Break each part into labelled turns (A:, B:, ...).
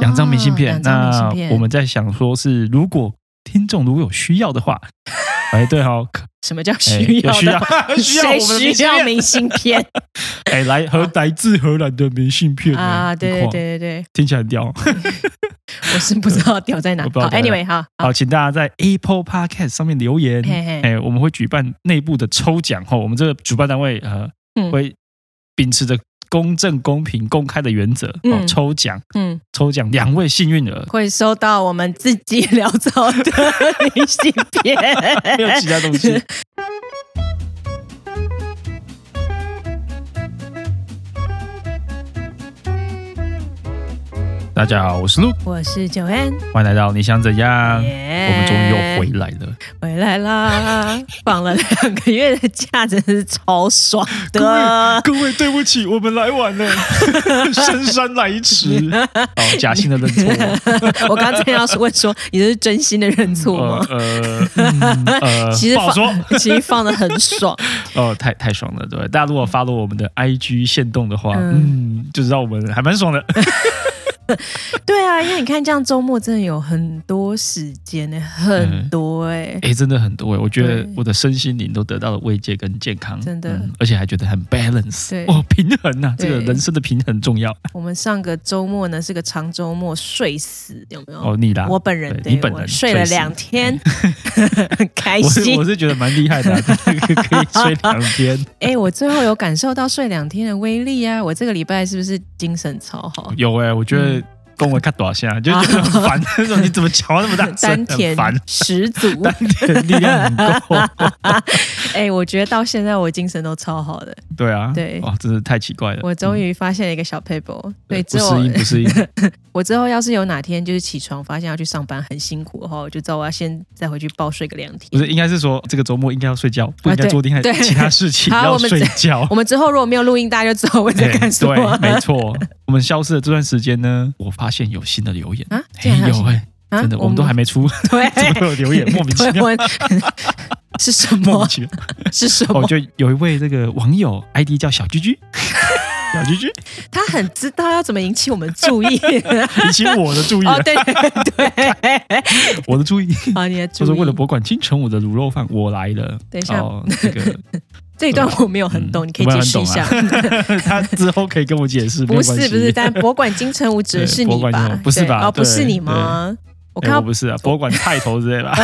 A: 两张明信片。
B: 哦两张明信片
A: 那我们在想说是，如果听众如果有需要 的话，哎，对好，可
B: 什么叫
A: 哎
B: 需
A: 有
B: 要
A: 需
B: 的
A: 要
B: 话？
A: 需要 我
B: 谁
A: 们的明
B: 需
A: 信
B: 要
A: 片，
B: 明信片
A: 哎，来荷来自荷兰的明信 片呢
B: 哦啊？对
A: 你
B: 对
A: 看
B: 对对对，
A: 听起来很屌。
B: 我是不知道掉在哪。
A: 我
B: 好
A: 不知道掉在哪
B: ，Anyway，好，好
A: 好，请大家在 Apple Podcast 上面留言，
B: 嘿嘿
A: 哎、我们会举办内部的抽奖哦哈，我们这个主办单位呃、
B: 嗯
A: 会秉持着公正、公平、公开的原则，哦，
B: 嗯
A: 抽奖，
B: 嗯，，
A: 抽奖两位幸运儿
B: 会收到我们自己聊到的 明信片。
A: 没有其他东西。 大家好，我是 Luke，
B: 我是九安，
A: 欢迎来到你想怎样我
B: 我
A: 们终于又回来 了，
B: 回来啦！放了两个月的假，真是超爽的。
A: 各位，各位，对不起，我们来晚 了，姗姗来迟。 哦，假性的认 错。呃
B: 我刚才要问说，你是真心的认错
A: 呃
B: 吗？
A: 呃嗯 呃，
B: 其实
A: 不好
B: 放
A: 说。
B: 其实放的很爽，
A: 哦，太太爽了，对。大家如果发了我们的 IG 限动的话，
B: 嗯
A: 嗯，就知道我们还蛮爽的。
B: 对啊，因为你看这样周末真的有很多时间呢，很多哎、
A: 哎，真的很多哎，我觉得
B: 对
A: 我的身心灵都得到了慰藉跟健康，
B: 真的
A: 嗯而且还觉得很 balance，
B: 对
A: 哦，平衡呐，这个
B: 对哦
A: 人生的平衡重要。
B: 我们上个周末呢是个长周末，睡死有没有？
A: 哦，你啦，
B: 我本人
A: 对
B: 对
A: 你本
B: 我
A: 人
B: 睡了
A: 睡死
B: 两 天，很开
A: 我是
B: 心
A: 我。是觉得蛮厉害的啊，这个可以睡两 天。
B: 哎、我最后有感受到睡两天的威力啊！我这个礼拜是不是精神超 好？
A: 有哎、我觉
B: 嗯
A: 得跟我看短线啊，就觉得 很烦。那种你怎么瞧那么大声，
B: 丹
A: 很
B: 田
A: 烦。
B: 十足，
A: 丹田力量很够，
B: 哎、我觉得到现在我精神都超好的。
A: 对啊，
B: 对
A: 哇，真是太奇怪了。
B: 我终
A: 于、
B: 于发现了一个小 paper，对，
A: 对
B: 之
A: 不
B: 后
A: 适应，不 适应。
B: 我之后要是有哪天就是起床发现要去上班很辛苦的话，我就知道我要先再回去暴睡个两天。
A: 不是，应该是说这个周末应该要睡觉，不
B: 啊
A: 应该
B: 对
A: 做另外
B: 对
A: 其他事情，
B: 好
A: 要
B: 我们
A: 睡觉。
B: 我们之后如果没有录音，大家就知道我 在
A: 哦哎
B: 干什么。
A: 对，没错。我们消失的这段时间呢，我发现有新的留言，
B: 啊，
A: 哎
B: 竟然还
A: 有哎、
B: 啊
A: 真的，我们都还 没出，
B: 对，
A: 怎么会有留言？ 莫名其妙，
B: 对。我是什
A: 莫名
B: 么？
A: 其妙。
B: 是什
A: 哦，
B: 么？
A: 就有一位这个网友 ID 叫小居居，小居居
B: 他很知道要怎么引起我们注 意。
A: 引起我的注意了
B: 哦，，对对，
A: 我的注意。
B: 好，你的注
A: 就
B: 意。
A: 是为了博管金城武的卤肉饭，我来了。
B: 等一下
A: 哦、这个
B: 这一段 我没有很懂，
A: 嗯
B: 你可以解释一下。
A: 啊他之后可以跟我解 释，没有
B: 不
A: 关
B: 是
A: 系
B: 不是， 但博管金城武指的是你
A: 对博管金
B: 吧
A: 城？武不是吧
B: 对哦，
A: 对
B: 不是你吗？我
A: 我
B: 看
A: 我
B: 到，
A: 不是啊，博管菜头之类的啊，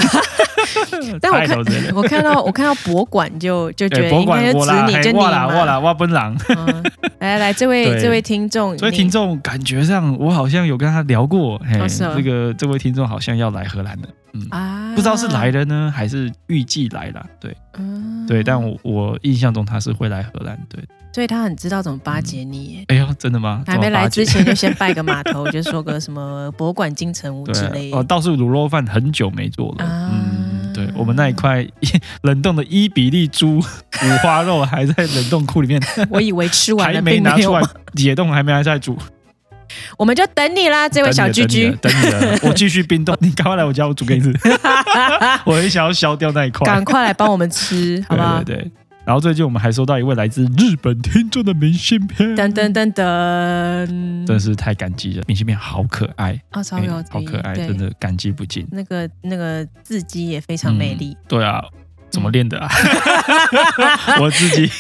B: 但我
A: 菜头之类
B: 看 我看到我看到博管就就觉
A: 对，
B: 得
A: 哎博
B: 应
A: 管
B: 该就
A: 我
B: 指
A: 啦，
B: 你，
A: 嘿
B: 就你
A: 我啦，我
B: 嘛。
A: 啦，我本狼。
B: 嗯来来，这位
A: 对
B: 这位听众，
A: 所以
B: 你
A: 听众感觉上，我好像有跟他聊过，嘿，
B: 哦是哦
A: 这个这位听众好像要来荷兰了，
B: 啊，
A: 不知道是来了呢，还是预计来了。对
B: 嗯，
A: 对，但我我印象中他是会来荷兰。对，
B: 所以他很知道怎么巴结你耶。
A: 哎呦，真的吗？
B: 还没
A: 怎么
B: 来
A: 发觉
B: 之 前就先拜个码头，就说个什么博管金城武之类
A: 对，
B: 的
A: 哦，倒是卤肉饭很久没做了。
B: 啊
A: 嗯，对，我们那一块 冷冻的伊比利猪五花肉还在冷冻库里面，
B: 我以为吃 完
A: 哦 还
B: 了，
A: 没
B: 并
A: 拿
B: 没有
A: 出来
B: 嘛。
A: 解冻，还没拿出来煮。
B: 我们就等你啦，这位小居居。
A: 等你了，等你了，我继续冰冻，你 赶快来我家，我煮给你吃。 我很想要消掉那一 块，
B: 赶快来帮我们吃，好
A: 对
B: 不好
A: 对？对。然后最近我们还收到一位来自日本听众的明信片，
B: 噔噔噔噔，
A: 真是太感激了，明信片好可爱，
B: 啊，超
A: 哎
B: 有
A: 好可爱，
B: 对
A: 真的感激不尽。
B: 那个那个字迹也非常美丽，
A: 对啊，
B: 嗯
A: 怎么练的 啊？我自己，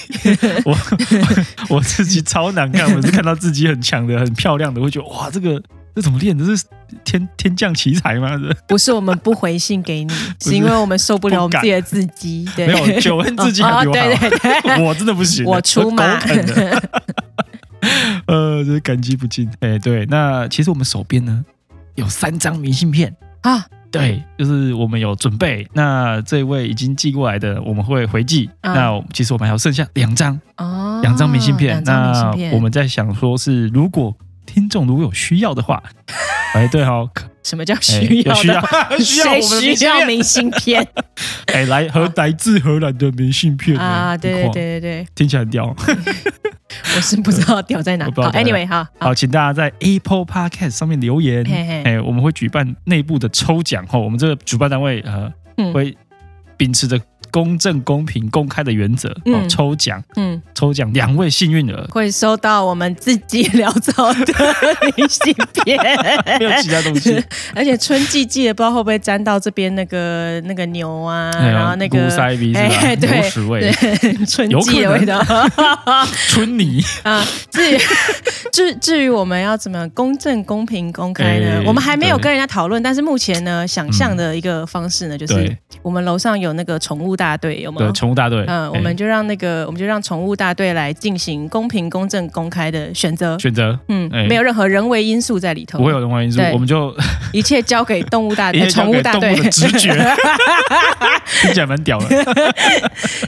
A: 我 我自己超难看，我是看到自己很强的、很漂亮的，会觉得哇，这个这怎么练的？这是天天降奇才 吗？这
B: 不是我们不回信 给你，
A: 是
B: 是因为我们受不了我
A: 不敢
B: 们自己的字迹。对，
A: 没有九恩自己
B: 哦
A: 还
B: 哦
A: 比我
B: 对
A: 好，
B: 对对，
A: 我真的不行，啊
B: 我出马
A: 狗啃的。 呃，这感激不尽。哎，对，那其实我们手边呢有三张明信片。
B: 啊
A: 对，就是我们有准备。那这位已经寄过来的，我们会回寄。
B: 嗯
A: 那我们其实我们还有剩下两张，
B: 哦，
A: 两张明信片。
B: 两张明信
A: 那我
B: 片，
A: 们在想说是，如果听众如果有需要 的话，哎，对好，可
B: 什么叫
A: 哎
B: 需
A: 有
B: 要
A: 需要
B: 的？
A: 需要
B: 谁
A: 我们的明
B: 需
A: 信
B: 要
A: 片，
B: 明信 片
A: 哎，来荷来自荷兰的明信片呢
B: 啊？对
A: 你
B: 对
A: 看
B: 对对对，
A: 听起来很屌。
B: 我是不知道掉在哪。好
A: 我不知道掉在哪
B: ，Anyway，好，好
A: 好，请大家在 Apple Podcast 上面留言，
B: 嘿嘿
A: 哎，我们会举办内部的抽奖哈，我们这个主办单位呃
B: 嗯
A: 会秉持着公正、公平、公开的原则，哦
B: 嗯，
A: 抽奖，
B: 嗯，
A: 抽奖两位幸运 儿，
B: 会收到我们自己潦草的 明信片，
A: 没有其他东西，
B: 而且春季寄的不知道会不会沾到这边那个那个牛啊，
A: 哎呦
B: 然后那个
A: 骨塞鼻是吧
B: 哎对
A: 牛屎味
B: 对，春季的 味道
A: 春泥，
B: 啊。至于至至于我们要怎么公正、公平、公开呢？
A: 哎
B: 我们还没有
A: 对嗯
B: 跟人家讨论，但是目前呢，想象的一个方式呢，就是
A: 对
B: 我们楼上有那个宠物大队，有吗
A: 对，？宠物大队，
B: 嗯，我
A: 哎
B: 们就让那个，我们就让宠物大队来进行公平、公正、公开的选择。
A: 选择
B: 嗯，
A: 哎
B: 没有任何人为因素在里头，
A: 不会有人怀疑是
B: 对
A: 我们就
B: 一切交给动物大
A: 一
B: 队、
A: 切交
B: 宠物
A: 给
B: 大
A: 动
B: 队 啊
A: 物的直觉，听起来蛮屌的，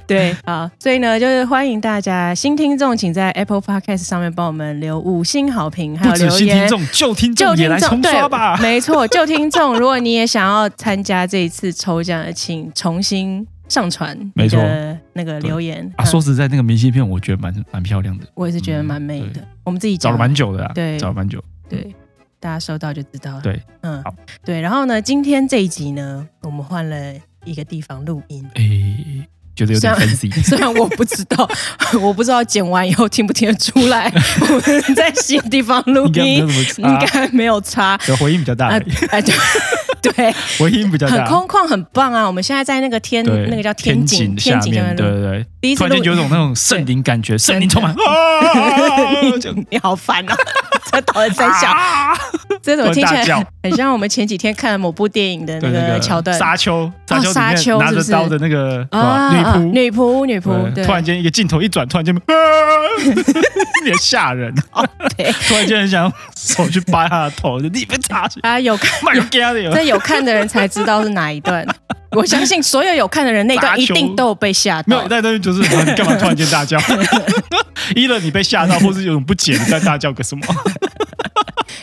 B: 对，好，所以呢，就是欢迎大家新听众，请在 Apple Podcast 上面帮我们留五星好评，还
A: 不
B: 有
A: 止
B: 留
A: 新听
B: 言。
A: 众，旧听
B: 旧
A: 嗯众也
B: 听
A: 来
B: 众
A: 冲
B: 对
A: 刷吧，，
B: 没错，旧听众，如果你也想要参加这一次抽奖，请重新上传
A: 没
B: 你
A: 错
B: 的那个留言。嗯
A: 啊，说实在，那个明信片我觉得蛮蛮漂亮的，
B: 我也是觉得蛮美
A: 嗯
B: 的，我们自己
A: 找了
B: 讲
A: 蛮久的啊，
B: 对
A: 找了蛮久，
B: 对，大家收到就知道了。
A: 对，
B: 嗯
A: 好，
B: 对，然后呢，今天这一集呢，我们换了一个地方录音。
A: 哎，觉得有
B: 虽
A: 点
B: 然
A: fancy，
B: 虽然我不知道，我不知道剪完以后听不听得出来， 我们在新地方录
A: 应该没
B: 音
A: 有，什么
B: 应
A: 啊，
B: 该没有差。
A: 对回音比较大
B: 啊，哎，对 对，
A: 回音比较
B: 很
A: 大，
B: 空旷，很棒啊！我们现在在那个天，
A: 啊对，
B: 那个叫
A: 天
B: 井，
A: 下
B: 天井
A: 面，
B: 上面
A: 对
B: 录，
A: 对对。
B: 第一
A: 突
B: 次
A: 然间
B: 录
A: 有一种那种圣灵感觉，圣灵充满啊，这样
B: 你好烦啊！ 这到底 在想，
A: 啊
B: 这种听起
A: 突然大叫
B: 来很像我们前几天看的某部电影的那
A: 对那
B: 个
A: 个
B: 桥段哦
A: 沙丘，沙丘里
B: 沙
A: 面
B: 丘
A: 拿
B: 是
A: 着
B: 不是
A: 刀的那个是吧
B: 啊，啊
A: 女
B: 女仆，女仆
A: 仆，，
B: 对
A: 对，突然间一个镜头一转，突然 间啊，也吓人，
B: 对
A: 突然间很想用手去扒他的头，就你别插嘴，
B: 啊，有看
A: 卖个干的
B: 这有看的人才知道是哪一段。 我相信所有有看的人，那段一定都有被吓
A: 没
B: 到
A: 有，。那东西就是啊你干嘛突然间 大叫？一了你被吓到，或是有种不解你在大叫个什么？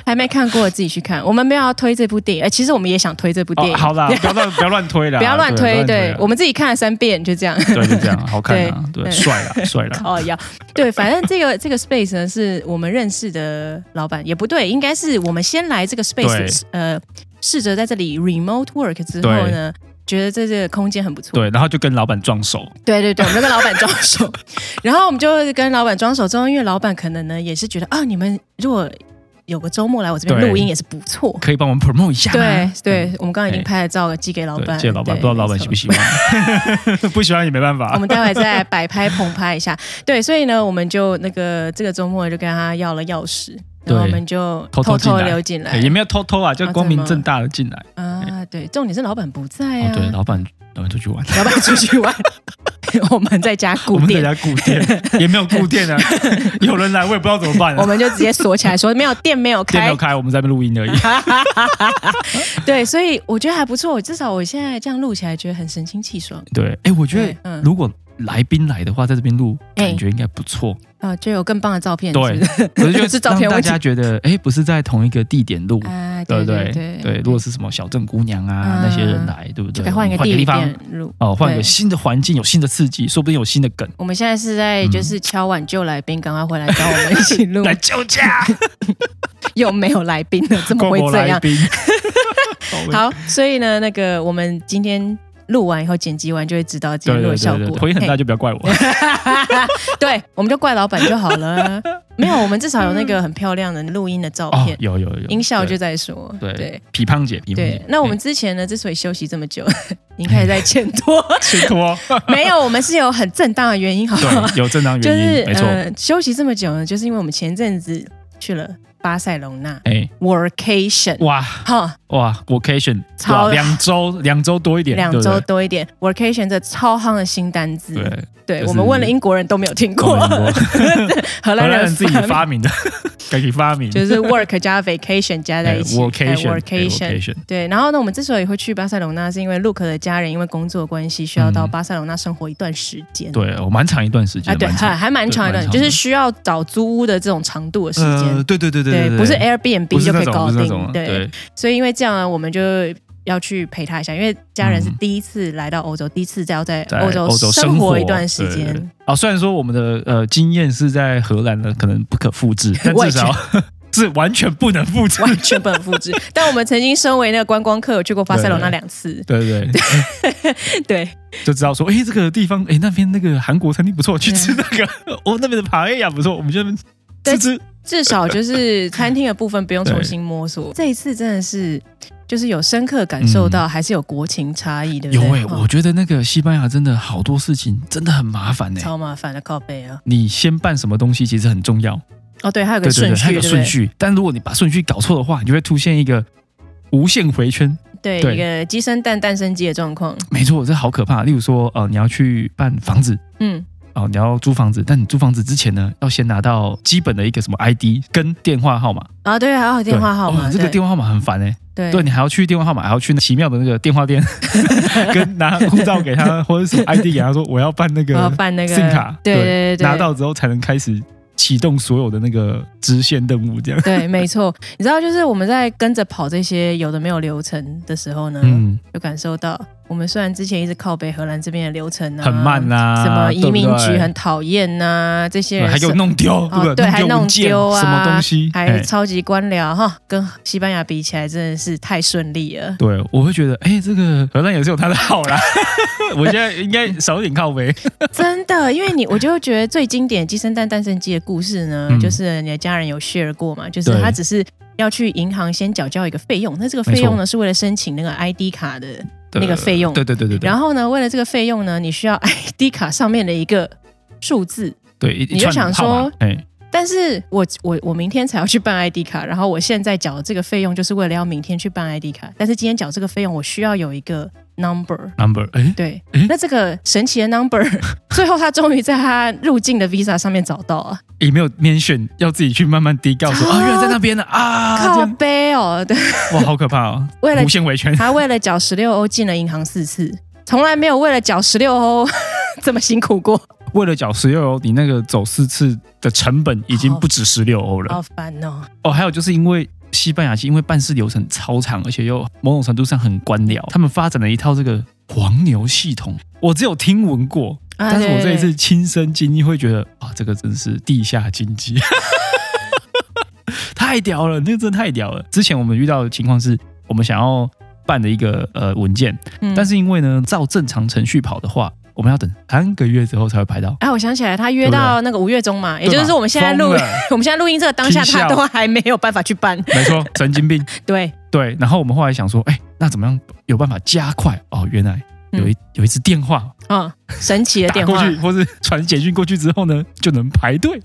B: 还没看过的自己去看。我们没有要推这部电影，哎，其实我们也想推这部电
A: 哦，
B: 影，
A: 好啦，不要乱不要乱推啦，
B: 不要乱推。
A: 对
B: 对
A: 啊
B: 我们自己看了三遍，就这样。
A: 对，就这样，好看啊，
B: 对
A: 对，
B: 对
A: 帅啦，帅 啦，
B: 哦，要对，反正这个这个 space 呢，是我们认识的老板，也不对，应该是我们先来这个
A: 对
B: space，呃，试着在这里 remote work 之后呢，觉得这这个空间很不错，
A: 对，然后就跟老板撞手，
B: 对对对，我们就跟老板装熟， 然后我们就跟老板装熟之后，因为老板可能呢也是觉得啊，你们如果有个周末来我这
A: 对
B: 边录音也是不错。
A: 可以帮我们 promote 一下吗？
B: 对对，
A: 嗯
B: 我们刚刚已经
A: 哎
B: 拍了照了，寄给老
A: 对，
B: 板，
A: 谢谢老板，
B: 对
A: 不知道老板喜不喜欢， 不喜欢也没办
B: 我
A: 法。
B: 们待会再摆拍棚拍一下。对，所以呢，我们就那个这个周末就跟他要了钥匙，然后我
A: 对
B: 们就
A: 偷
B: 偷
A: 偷进来
B: 溜进来
A: 哎。也没有偷偷啊，就
B: 啊
A: 光明
B: 真的吗
A: 正大的进来。
B: 啊，对，重点是老板不在
A: 哦
B: 啊，，
A: 对，老板老板出去 玩，
B: 老板出去玩，我们在家
A: 我
B: 顾
A: 们在
B: 店。
A: 家顾店， 也没有顾店啊，有人来我也不知道怎么办
B: 我
A: 啊。
B: 们就直接锁起来，说没有店没有
A: 店没
B: 开
A: 有，开，我们在那边录音 而已。
B: 对，所以我觉得还不错，至少我现在这样录起来觉得很神清气爽。
A: 对，哎，我觉
B: 对
A: 得
B: 嗯
A: 如果来宾来的话，在这边录，
B: 哎
A: 感觉应该不错。
B: 啊，就有更棒的照片。
A: 对
B: 是不是，
A: 我就觉
B: 是
A: 得
B: 照
A: 让
B: 片
A: 大
B: 问题
A: 家觉得，哎，不是在同一个地点录，
B: 啊，对
A: 对不对？
B: 对
A: 对，如果是什么小镇姑娘啊
B: 嗯
A: 那些人来，对不
B: 就
A: 对？
B: 该换一个
A: 我们
B: 地
A: 地方
B: 点录。
A: 哦，换一个
B: 对
A: 新的环境，有新的刺激，说不定有新的梗。
B: 我们现在是在
A: 嗯
B: 就是敲碗救来宾，赶快回来找我们一起 录。
A: 来救 驾，
B: 又没有来宾了， 怎么会这样？
A: 宾。
B: 好，所以呢，那个我们今天录完以后剪辑完就会知道今
A: 对
B: 天录
A: 对
B: 的效
A: 对
B: 果
A: 对，。回音很大
B: 嘿，
A: 就不要怪我。
B: 对，我们就怪老板就好 了。没有，我们至少有那个很漂亮的录音的照
A: 哦
B: 片，，
A: 有有有
B: 音效就
A: 对
B: 在说。
A: 对
B: 对
A: 皮胖姐，皮胖
B: 对
A: 姐。，
B: 那我们之前呢，之所以休息这么 久，你开始在欠拖，
A: 吃 脱，
B: 没有，我们是有很正当的原因，好不好？
A: 对，有正当
B: 就
A: 原
B: 是
A: 因，没错。
B: 呃，休息这么久呢，就是因为我们前阵子去了巴塞隆纳
A: 哎，
B: workation，
A: 哇
B: 哈，
A: 哇，vacation，
B: 超
A: 哇两周两周多一点，
B: 两
A: 对不
B: 周
A: 对
B: 多一点。Workation 这超夯的新单字，
A: 对，
B: 对
A: 就是
B: 我们问了英国人都没有听过，
A: 我们 我
B: 荷
A: 荷
B: 兰
A: 兰人
B: 人
A: 自己发明的， 自己发明，
B: 就是 work 加 vacation 加在
A: 哎
B: 一起哎
A: vacation，
B: workation。
A: vacation，
B: 对，然后呢，我们之所以会去巴塞隆纳，是因为 Luke 的家人因为工作关系需要到
A: 嗯
B: 巴塞隆纳生活一段时间。
A: 对，我蛮长一段时
B: 啊，
A: 间，
B: 对，
A: 蛮长
B: 还还蛮长一段，
A: 对蛮长
B: 就
A: 的
B: 是需要找租屋的这种长度的时间。
A: 呃，对对对对
B: 不是
A: 不
B: Airbnb
A: 是
B: 就可
A: 那
B: 以
A: 种，
B: 搞
A: 不是那
B: 定
A: 种，。对，
B: 所以因为这样呢，啊我们就要去陪他一下，因为家人是
A: 嗯
B: 第一次来到欧洲，第一次要在
A: 在
B: 欧洲
A: 欧洲
B: 生
A: 生
B: 活
A: 活
B: 一段时
A: 对对对
B: 间。
A: 啊，虽然说我们的呃经验是在荷兰呢，可能不可复制，但
B: 我也
A: 至少 是完全不能复 制。
B: 完全不能复制。但我们曾经身为那个观光客，有去过巴塞罗那两 次，
A: 对对对，
B: 对，
A: 就知道说，哎，这个地方，哎，那边那个韩国餐厅不错，去吃那个。 哦，那边的帕艾亚不错，我们就在那
B: 对
A: 边吃吃。
B: 至少就是餐厅的部分不用重新摸索。 这一次真的是，就是有深刻感受到，还是有国情差异，对不
A: 嗯有
B: 对？
A: 哎、
B: 哦
A: 我觉得那个西班牙真的好多事情真的很麻烦呢、
B: 超麻烦的靠背啊！
A: 你先办什么东西其实很重要，
B: 哦，对，还有
A: 对
B: 个
A: 对
B: 顺
A: 对，它
B: 序，
A: 有
B: 对
A: 顺
B: 不
A: 序。但如果你把顺序搞错的话，你就会出现一个无限回圈。
B: 对？对，
A: 对
B: 一个鸡生蛋，蛋生鸡的状况。
A: 没错，这好可怕。例如说，呃，你要去办房子，
B: 嗯，
A: 哦，你要租房子，但你租房子之前呢，要先拿到基本的一个什么 ID 跟电话号码。
B: 啊，对，还有电话号码，
A: 对哦这个
B: 对
A: 电话号码很烦哎、
B: 对
A: 对你还要去电话号码，还要去那奇妙的那个电话店， 跟拿护照给他或者什么 ID 给他说我要办那
B: 我要
A: 个
B: 办那个
A: SIM 卡，
B: 对对对对，
A: 拿到之后才能开始启动所有的那个支线任务，这 样。
B: 对，没错，你知道，就是我们在跟着跑这些有的没有流程的时候呢，
A: 嗯，
B: 就感受到，我们虽然之前一直靠北荷兰这边的流程啊，
A: 很慢啦、
B: 什么移民
A: 对不
B: 局
A: 对
B: 很讨厌呐，这些
A: 对
B: 人
A: 还给我
B: 是
A: 弄丢，对不
B: 哦对还弄
A: 文件
B: 丢啊
A: 什么东西？
B: 还
A: 哎
B: 超级官僚哈，跟西班牙比起来真的是太顺利了。
A: 对，我会觉得，哎，这个荷兰也是有它的好啦。我现在应该少一点靠背。
B: 真的，因为你我就觉得最经典《鸡生蛋，蛋生鸡》的故事呢，
A: 嗯
B: 就是你的家人有 share 过嘛，就是
A: 对
B: 他只是要去银行先缴交一个费用，那这个费用呢是为了申请那个 ID 卡的那个费用
A: 对对对对对。
B: 然后呢，为了这个费用呢，你需要 ID 卡上面的一个数字。
A: 对，一
B: 你就想，
A: 一串号码哎，
B: 但是我我我明天才要去办 ID 卡，然后我现在缴的这个费用就是为了要明天去办 ID 卡，但是今天缴这个费用，我需要有一个 number。
A: number，哎，
B: 对
A: 诶，
B: 那这个神奇的 number，最 后他终于在他入境的 visa 上面找到啊，
A: 也没有 mention，要自己去慢慢低告说
B: 啊
A: 啊，原来在那边呢啊，这
B: 靠
A: 样
B: 背哦，对，
A: 哇，好可怕哦，
B: 为了
A: 无限回圈，
B: 他为了缴十六欧进了银行四次，从来没有为了缴十六欧 这么辛苦过，
A: 为了缴十六欧，你那个走四次的成本已经不止十六欧了
B: 好烦哦。
A: 哦。还有就是因为。西班牙啊因为办事流程超长，而且又某种程度上很官僚，他们发展了一套这个黄牛系统。我只有听闻过，
B: 啊
A: 但是我
B: 对
A: 这一
B: 对
A: 次亲身经历，会觉得哇，这个真是地下经济， 太屌了，那个真的太屌了。之前我们遇到的情况是，我们想要办的一个呃文件，
B: 嗯
A: 但是因为呢，照正常程序跑的话，我们要等三个月之后才会排到。
B: 哎、我想起来，他约
A: 对不对
B: 到那个五月中嘛，也
A: 对吧
B: 就是说我们现在录
A: 疯了，
B: 我们现在录音这个当下，
A: 听笑
B: 他都还没有办法去办。
A: 没错，神经病。
B: 对，
A: 对，然后我们后来想说，哎，那怎么样有办法加快？哦，原来有一、有一支电话
B: 嗯，神奇的
A: 打
B: 嗯电
A: 过
B: 话
A: 去，或是传简讯过去之后呢，就能 排队，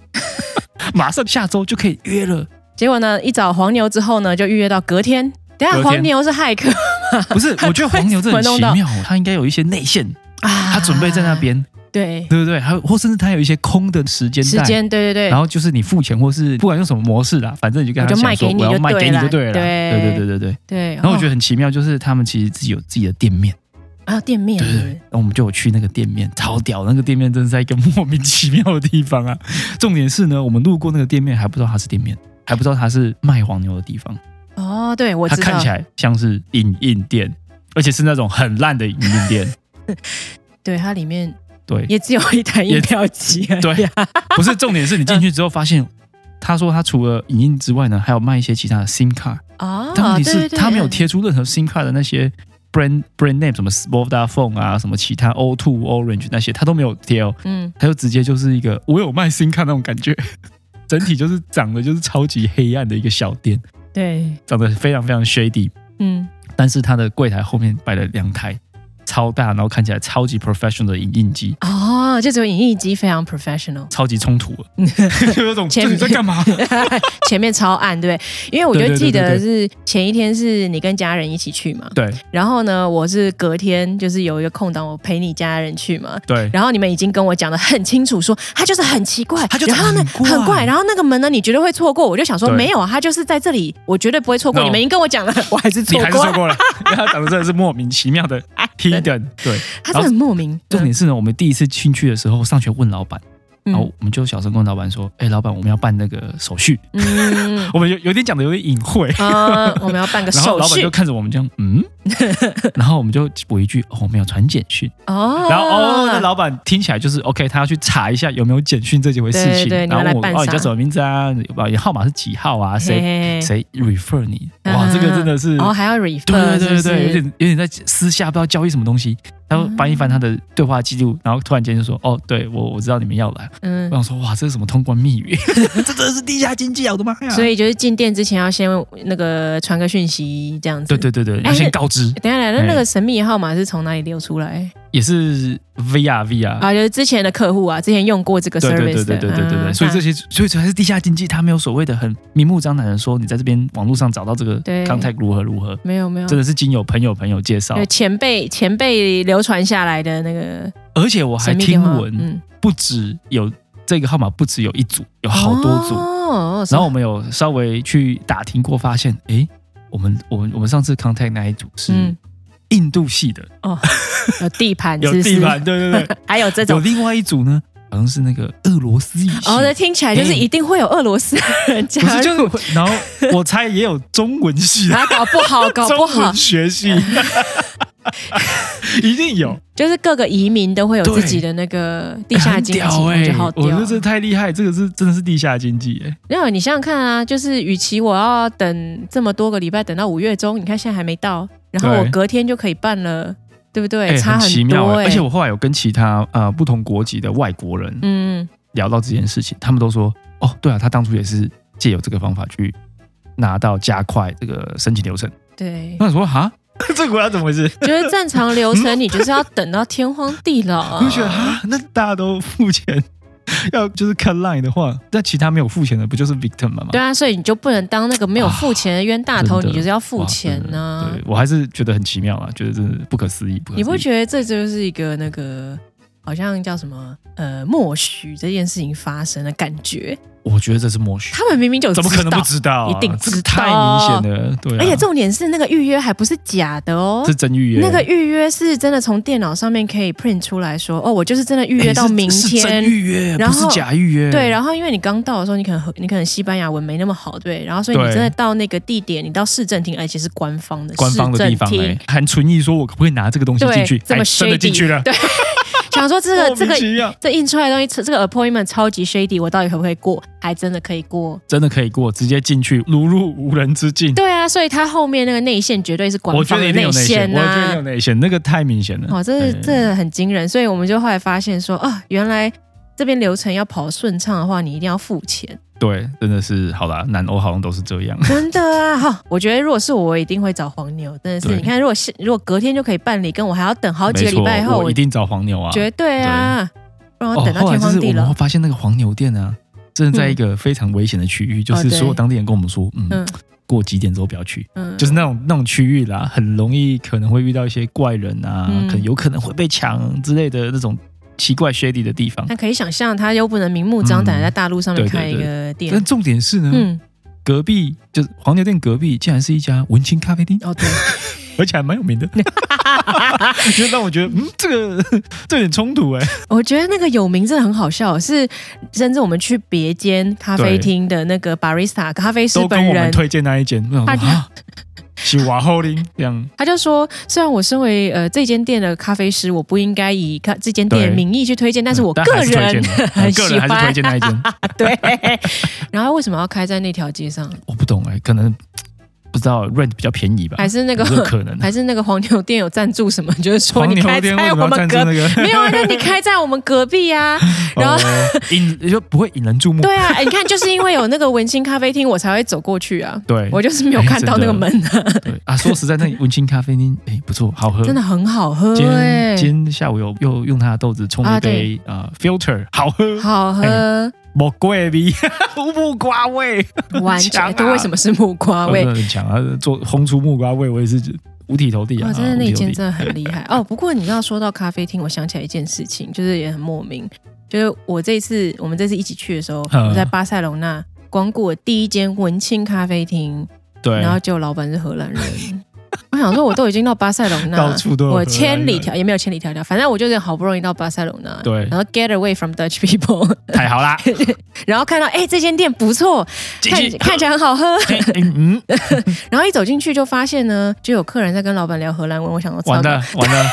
A: 马上下周就可以约了。
B: 结果呢，一找黄牛之后呢，就预约到隔天。等一下
A: 隔天
B: 黄牛是骇客
A: 不 是，我觉得黄牛这很奇
B: 会
A: 妙，他应该有一些内线，
B: 啊
A: 他准备在那，边，
B: 对，
A: 对不对？还有或甚至他有一些空的时间
B: 时
A: 带，
B: 间，对对
A: 然
B: 对，
A: 后就是你付钱，或是不管用什么模式啦，反正你就跟
B: 我
A: 他
B: 就
A: 讲
B: 卖
A: 说
B: 给你
A: 我要
B: 就
A: 卖
B: 对
A: 给你就
B: 啦
A: 对了，
B: 对
A: 对对对对对。
B: 对。哦
A: 然后我觉
B: 得
A: 得很奇妙，就是他们其实自己有自己的店面，
B: 还有啊店面
A: 对对对。然后我们就有去那个店面，超屌！那个店面真是在一个 莫名其妙的地方啊。重点是呢，我们路过那个店面还不知道它是店面，还不知道它是卖黄牛的地方。
B: 哦，对，我
A: 它
B: 知
A: 看
B: 道
A: 起，来像是影印店，而且是那种很烂的影印店。
B: 对，它里面
A: 对，
B: 也只有一台
A: 也
B: 印票机而已
A: 对
B: 啊，
A: 不是重点是你进去之后发现，
B: 嗯
A: 他说他除了影印之外呢，还有卖一些其他的 SIM 卡，
B: 哦，
A: 但问题是
B: 对对
A: 他没有
B: 对
A: 贴出任何 SIM 卡的那些 brand brand name，什么 Vodafone 啊，什么其他 O2 Orange 那些，他都没有贴哦，
B: 嗯，
A: 他就直接就是一个我有卖 SIM 卡那种感觉， 整体就是长得就是超级黑暗的一个小店，
B: 对，
A: 长得非常非常 shady，
B: 嗯，
A: 但是他的柜台后面摆了两台超大，然后看起来超级 professional 的影印机，
B: 哦，就只有影印机非常 professional。
A: 超级冲突了， 就有种
B: 前
A: 这你在 干嘛？
B: 前面超暗，对不对？因为我就
A: 对对对
B: 记得
A: 对
B: 是前一天是你跟家人一起去嘛，
A: 对
B: 然后呢，我是隔天就是有一个空档，我陪你家人去嘛。
A: 对。
B: 然后你们已经跟我讲的很清楚说，他就是很奇怪，
A: 他就是
B: 然后呢
A: 很怪
B: 很怪，然后那个门呢，你绝对会错过。我就想说，
A: 对
B: 没有啊，他就是在这里，我绝对不会错过。
A: No
B: 你们已经跟我讲 了，我还是错
A: 你还是
B: 过
A: 错
B: 了，
A: 过了，因为他长得真的是莫名其妙的 hidden。对，
B: 他真的很莫名。
A: 重点是呢，我们第一次进去的时候，上学问老板，
B: 嗯
A: 然后我们就小声跟老板说：“哎、老板，我们要办那个手续。
B: 嗯”
A: 我们有有点讲的有点隐晦，
B: 啊，我们要办个
A: 然后
B: 手
A: 老板
B: 续
A: 就看着我们这样， 嗯，然后我们就补一句：“哦，我们有传简讯。”
B: 哦，
A: 然后哦，那老板听起来就是 OK，他要去查一下有没有简讯这几回事
B: 对
A: 情。
B: 对你
A: 然
B: 要来
A: 后我
B: 办
A: 哦，你
B: 啥
A: 叫什么名字啊？你号码是几号啊？谁
B: 谁
A: 谁 refer 你？哇，这个真的是，
B: 哦，还要 refer，
A: 对对对
B: 是不是嗯
A: 对，有点有点在私下不知道交易什么东西。他说翻一翻他的对话记录，然后突然间就说：“哦，对我我知道你们要来。”我
B: 嗯。
A: 想说，哇，这是什么通关 密语？这真的是地下经济啊！我的妈呀！
B: 所
A: 以，
B: 以就是进店之前要先那个传个讯息这样子。
A: 对。对对对，要
B: 哎
A: 先告知，
B: 等一下来，那
A: 哎
B: 那个神秘号码是从哪里流出来
A: 也是 VR VR
B: 啊？就是之前的客户啊，之前用过这个
A: 对对
B: service 的
A: 对对对对对对，
B: 嗯
A: 所以这些，所以这还是地下经济，它没有所谓的很明目张胆的说你在这边网络上找到这个
B: 对
A: contact 如何如何，
B: 没有没有，
A: 真的是经有朋友朋友介绍，
B: 对前辈前辈流传下来的那个
A: 而且我还
B: 神秘电
A: 听
B: 话嗯
A: 闻，不止有这个号码，不止有一组，有好多组。
B: 嗯哦，
A: 然后我们有稍微去打听过，发现，诶，我们我们我们上次 contact 那一组是
B: 嗯
A: 印度系的，
B: 哦 有地盘，
A: 有
B: 是不是
A: 地，盘，对对对，
B: 还有这
A: 有
B: 种。
A: 另外一组呢，好像是那个俄罗斯语系的
B: 哦，那听起来就是
A: 哎
B: 一定会有俄罗斯人加
A: 不是，
B: 入，
A: 就是会，然后我猜也有中文系的，
B: 然后啊搞不好，搞不
A: 中
B: 好
A: 文 学系，一定有
B: 就是各个移民都会有
A: 对
B: 自己的那个地下经济，
A: 很屌
B: 我觉
A: 哎、
B: 得好屌
A: 我觉得这太厉害，这个是真的是地下经济哎、
B: 没有，你想想看啊，就是与其我要等这么多个礼拜，等到五月中，你看现在还没到，然后
A: 对
B: 我隔天就可以办了，对不对？
A: 哎
B: 差
A: 奇妙
B: 多、
A: 哎、
B: 欸，
A: 而且我后来有跟其他呃不同国籍的外国人
B: 嗯，
A: 聊到这件事情，他们都说哦，对啊，他当初也是借由这个方法去拿到加快这个申请流程。
B: 对，
A: 那我说 哈，这个国家怎么回事？
B: 就是正常流程，你就是要等到天荒地老、
A: 我就觉得啊，那大家都付钱，要就是看 line 的话，那其他没有付钱的不就是 victim 了吗？
B: 对啊，所以你就不能当那个没有付钱的冤大头，
A: 真的
B: 你就是要付
A: 哇
B: 钱
A: 真的
B: 呢、
A: 对我还是觉得很奇妙啊，觉得真的不可思议。不可思议
B: 你不觉得这就是一个那个好像叫什么呃默许这件事情发生的感觉？
A: 我觉得这是默许，
B: 他们明明就
A: 怎么可能
B: 知道
A: 不知道啊、
B: 一定
A: 这
B: 知道
A: 个太明显了，对啊、
B: 而且重点是那个预约还不是假的哦
A: 这。真预约，
B: 那个预约是真的从电脑上面可以 print 出来说，哦，我就是真的预
A: 哎
B: 约到
A: 是
B: 明
A: 是真
B: 天。
A: 预约，
B: 然
A: 不
B: 后
A: 是假预约。
B: 对，
A: 后
B: 然后因为你刚到的时候，你可能和你可能西班牙文没那么好，对，然后所以你
A: 对
B: 真的到那个地点，你到市政厅，而且是官方的
A: 官方的地方
B: 市政
A: 哎
B: 厅，，
A: 还存疑说我可不可以拿这个东西进
B: 对
A: 去，，
B: 这么
A: 哎真
B: shady，
A: 的进去了，
B: 对，想说这
A: 莫
B: 个这
A: 名
B: 个
A: 其妙，
B: 这印出来的东西，这个 appointment 超级 shady，我到底可不可以过？还真的可以过。
A: 真的可以过，直接进去，如入无人之境。
B: 对啊，所以它后面那个内线绝对是官
A: 我觉
B: 方
A: 得
B: 的
A: 一定有内
B: 线
A: 线，我觉得一定有
B: 啊。
A: 内线，那个太明显了。
B: 哦，这
A: 哎
B: 这很惊人，所以我们就后来发现说啊，原来这边流程要跑顺畅的话，你一定要付钱，
A: 对，真的是好啦，南欧好像都是这样。
B: 真的啊！哈，我觉得如果是我，我一定会找黄牛，真的是。
A: 对
B: 你看，如果是如果隔天就可以办理，跟我还要等好几个礼拜
A: 没
B: 后，
A: 错我一定找黄牛啊，
B: 绝对啊，不然我
A: 哦，
B: 等到
A: 后来
B: 天
A: 就是
B: 荒地
A: 我们
B: 老嗯
A: 会。发现那个黄牛店啊，真的在一个非常危险的区域，就
B: 哦
A: 是
B: 对
A: 所有当地人跟我们说，嗯，
B: 嗯
A: 过几点之后不要去，
B: 嗯，
A: 就是那种那种区域啦，很容易可能会遇到一些怪人啊，
B: 嗯
A: 可能有可能会被抢之类的那种奇怪 shady 的地方。
B: 但可以想象，他又不能明目张胆地在大陆上面
A: 嗯对
B: 开一
A: 对啊
B: 个店
A: 但。重点是呢，
B: 嗯，
A: 隔壁就是黄牛店隔壁，竟然是一家文青咖啡厅，
B: 哦对，
A: 而且还蛮有名的，就让我觉得，嗯，这个这有点冲突哎、
B: 我觉得那个有名真的很好笑，是甚至我们去别间咖啡厅的那个 barista 咖啡师
A: 都
B: 本
A: 跟我们
B: 人，
A: 推荐那一间，我想
B: 他
A: 说啊，是瓦后林这样，
B: 他就说，虽然我身为呃这间店的咖啡师，我不应该以咖这间店的
A: 对
B: 名义去推荐，但是我个
A: 嗯还是推
B: 人
A: 荐的
B: 很
A: 嗯个
B: 喜
A: 人还是
B: 欢
A: 推，荐那一间。
B: 对。然后为什么要开在那条街上？
A: 我不懂哎、可能不知道 rent 比较便宜吧，
B: 还是那个
A: 有这可能啊。
B: 还是那个黄牛店有赞助什么？就是说
A: 黄
B: 你
A: 牛
B: 开
A: 店为
B: 在
A: 什
B: 我
A: 么要
B: 们
A: 赞助
B: 隔
A: 那 个？
B: 没有啊？那你开在我们隔壁啊？然后
A: 哦引就不会引人注目。
B: 对啊，哎你看，就是因为有那个文青咖啡厅，我才会走过去啊。
A: 对
B: 我就是没有看到那个门啊，
A: 对啊，说实在，那文青咖啡厅哎、不错，好喝。
B: 真的很好喝
A: 今
B: 哎、
A: 天今天下午有又用它的豆子冲了
B: 啊
A: 一杯啊、呃 filter，好喝，
B: 好喝，
A: 木瓜味， 木瓜味，
B: 完全、
A: 强啊
B: 对，为什么是木瓜味
A: 真？的很强啊！做烘出木瓜味，我也是五体投地啊！
B: 哇，哦真的
A: 五
B: 那
A: 体投
B: 间
A: 地
B: 真的很厉 害哦。不过你知道，说到咖啡厅，我想起来一件事情，就是也很莫名，就是我这一次我们这次一起去的时候，
A: 嗯
B: 我在巴塞隆那光顾了第一间文青咖啡厅，
A: 对，
B: 然后就老板是荷兰人。我 我想说，我都已经到巴塞隆那
A: 到，处都有荷
B: 我
A: 兰人
B: 千里迢也没有千里迢迢，反正我就是好不容易到巴塞隆那，
A: 对
B: 然后 get away from Dutch people，
A: 太好啦，
B: 然后看到哎、这间店不错，
A: 进
B: 看
A: 去
B: 看起来很好喝，
A: 嗯嗯，
B: 然后一走进去就发现呢，就有客人在跟老板聊荷兰文，我想说
A: 完
B: 糟糕
A: 了完了，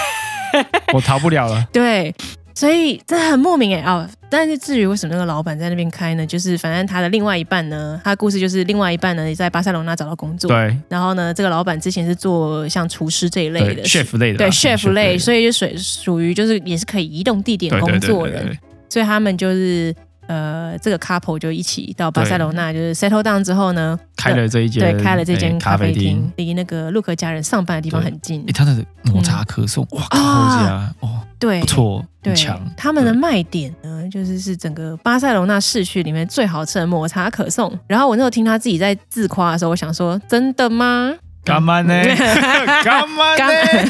A: 我逃不了了。
B: 对，所以这很莫名哎、哦。但是至于为什么那个老板在那边开呢？就是反正他的另外一半呢，他的故事就是另外一半呢在巴塞罗那找到工作，
A: 对
B: 然后呢，这个老板之前是做像厨师这一类
A: 对
B: 的
A: ，chef 类的
B: 对
A: 啦，
B: chef 类，所
A: 以
B: 以就属属于就是也是可以移动地点
A: 对
B: 工
A: 对对
B: 作
A: 对
B: 人，
A: 对，
B: 所以他们就是。呃，这个 couple 就一起到巴塞罗那，就是 settle down 之后呢，
A: 开了这一间，
B: 对，开了这间
A: 哎
B: 咖
A: 咖
B: 啡厅
A: 厅。，
B: 离那个陆克家人上班的地方
A: 对
B: 很近
A: 哎，。他的抹茶可颂，哇靠，
B: 啊
A: 家哦，
B: 嗯对，
A: 不错，
B: 对
A: 很强，。
B: 他们的
A: 对
B: 卖点呢，就是是整个巴塞罗那市区里面最好吃的抹茶可颂。然后我那时候听他自己在自夸的时候，我想说，真的吗？
A: 干嘛 呢？干嘛呢？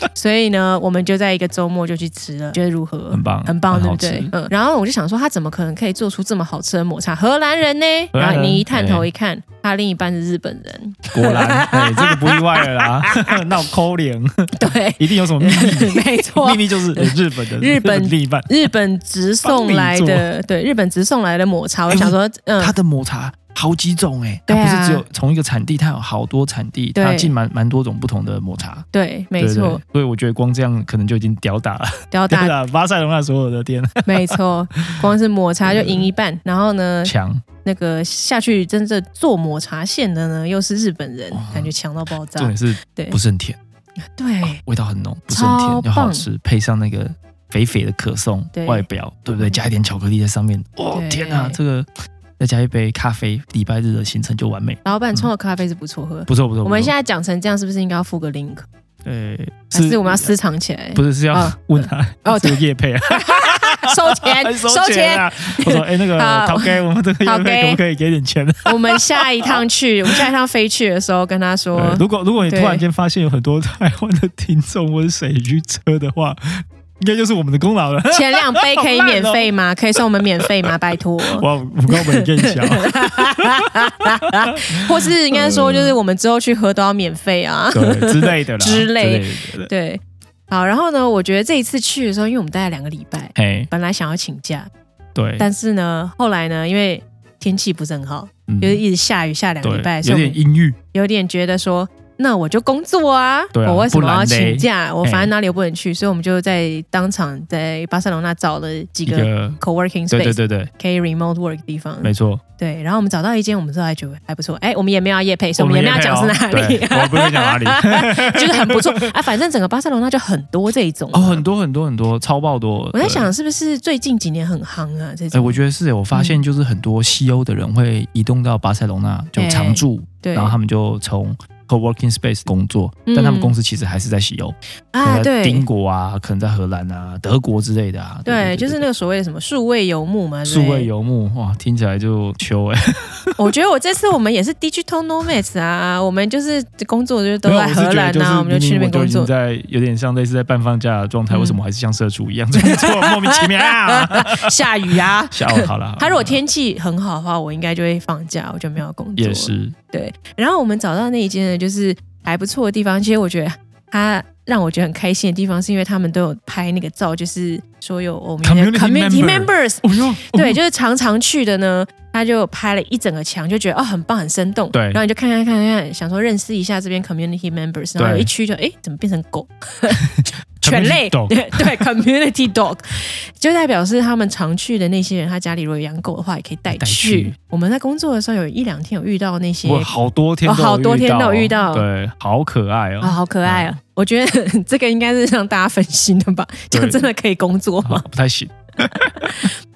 B: 刚， 所以呢，我们就在一个周末就去吃了，觉得如何？
A: 很棒，
B: 很棒，对
A: 好
B: 不
A: 吃
B: 对？嗯，然后我就想说，他怎么可能可以做出这么好吃的抹茶？荷兰人呢？
A: 荷兰
B: 然
A: 人
B: 后你一探头一看，他另一半是日本人，
A: 果然，哎，这个不意外了啦， 闹抠脸，
B: 对，
A: 一定有什么秘 密。
B: 没错
A: 哎秘，密就是哎日本的
B: 日本
A: 另一半，
B: 日本直送来的，对，日本直送来的抹茶，我想说，嗯
A: 它，的抹茶好几种哎、
B: 对啊
A: 它不是只有从一个产地，它有好多产地，
B: 对
A: 它进蛮蛮多种不同的抹茶。
B: 对，没
A: 对
B: 错，，
A: 对所以我觉得光这样可能就已经吊打了，
B: 吊
A: 吊
B: 打
A: 打巴塞罗那所有的店
B: 没错，光是抹茶就赢一半。然后呢，
A: 强，
B: 那个下去真正做抹茶馅的呢，又是日本人
A: 哇，
B: 感觉强到爆
A: 重
B: 炸
A: 点。是
B: 对
A: 不是很甜，
B: 对
A: 味道很浓，不是很
B: 超
A: 甜，
B: 棒
A: 又好吃，配上那个肥肥的可颂
B: 对嗯
A: 外表，对不对？加一点巧克力在上面，哦
B: 对
A: 天哪，这个再加一杯咖啡，礼拜日的行程就完美，
B: 老板冲的咖啡是不错喝。
A: 不错不错。
B: 我们现
A: 在
B: 在讲成这样，是不是应该要附个 link？
A: 呃
B: 还是我们要私藏起来？
A: 不是是要
B: 啊
A: 问他
B: 哦
A: 这个叶配啊？
B: 收 钱，
A: 收
B: 哎收
A: 钱
B: 钱！
A: 啊！我说，哎、那 个
B: 好
A: 陶哥，我们这个
B: 陶哥
A: 月费可不可以给点钱？
B: 我们下一趟去，我们下一趟飞去的时候跟他说，
A: 对如果如果你突
B: 对
A: 然间发现有很多 台湾的听众或者谁去车的话，应该就是我们的 功劳了。
B: 前两杯可以
A: 好烂哦
B: 免费吗？可以送我们免费吗？拜 托。
A: 哇，我跟我们更小，
B: 或是应该说，就是我们之后去喝都要免费啊。
A: 对之类的啦，
B: 之类
A: 之 类的。
B: 对，好，然后呢，我觉得这一次去的时候，因为我们待了两个礼拜，
A: 哎，
B: 本来想要请假，
A: 对，
B: 但是呢，后来呢，因为天气不是很好，
A: 嗯
B: 就是一直下雨，下两个礼拜，
A: 对，
B: 所
A: 有
B: 以我们
A: 点阴郁，
B: 有点觉得说，那我就工作啊，
A: 对啊
B: 我为什么要
A: 不然嘞
B: 请假？我
A: 嘿
B: 反正哪里也不能去，所以我们就在当场在巴塞罗那找了几
A: 一
B: 个
A: 个，
B: co-working
A: 对对
B: space
A: 对对，
B: 可以 remote work 的地方，
A: 没错，
B: 对，然后我们找到一间，我们之后还觉得还不错，哎，我们也没有要夜配，所以我们也
A: 也
B: 没有讲是哪里
A: 对，我不会讲 哪里。
B: 就是很不错啊，反正整个巴塞罗那就很多这一种
A: 哦，很多很多很多，超爆多。
B: 我在
A: 对
B: 想，是不是最近几年很夯啊？这
A: 哎、
B: 种，
A: 我觉得是耶，我发
B: 嗯
A: 现就是很多西欧的人会移动到巴塞隆纳就常住，
B: 对
A: 然后他们就从 co-working space 工作，
B: 嗯
A: 但他们公司其实还是在西欧，可
B: 啊，
A: 能在
B: 对
A: 英国啊，可能在荷兰啊、德国之类的啊。
B: 对，就是那
A: 对
B: 个所谓的什么数位游牧嘛，对不
A: 数
B: 对
A: 位。游牧，哇，听起来就秋哎、
B: 我觉得我这次我们也是 digital nomads 啊，我们就是工作就是都
A: 没有
B: 在
A: 我是
B: 荷
A: 觉得
B: 兰
A: 就是
B: 啊，我们就去那
A: 明
B: 边
A: 明都
B: 工
A: 已经
B: 作。
A: 在有点像类似在半放假的状态，
B: 嗯
A: 为什么还是像社畜一样 这么做？莫名其妙、 啊。
B: 下雨啊，
A: 下午好 了，
B: 他如果天气很好的话，我应该就会放假，我就没有工作。
A: 也是
B: 然后我们找到那一间呢，就是还不错的地方。其实我觉得它让我觉得很开心的地方，是因为他们都有拍那个照，就是说有我们
A: Community
B: community
A: member
B: members，
A: 哦哟，
B: 对，就是常常去的呢，他就拍了一整个墙，就觉得哦很棒，很生动。
A: 对
B: 然后你就看看看看看，想说认识一下这边 community members，然后
A: 对
B: 有一区就哎怎么变成 狗？犬类
A: Community dog
B: 对对 community dog，就 代表是他们常去的那些人，他家里如果有养狗的话，也可以带
A: 带
B: 去。
A: 去
B: 我们在工作的时候有一两天有遇到那些
A: 我好多天
B: 哦
A: 都有
B: 好多天都有遇到
A: 对，好可爱哦。
B: 啊、好可爱啊！我觉得这个应该是让大家分心的吧？这
A: 对
B: 样真的可以工作
A: 好
B: 吗？
A: 啊不太行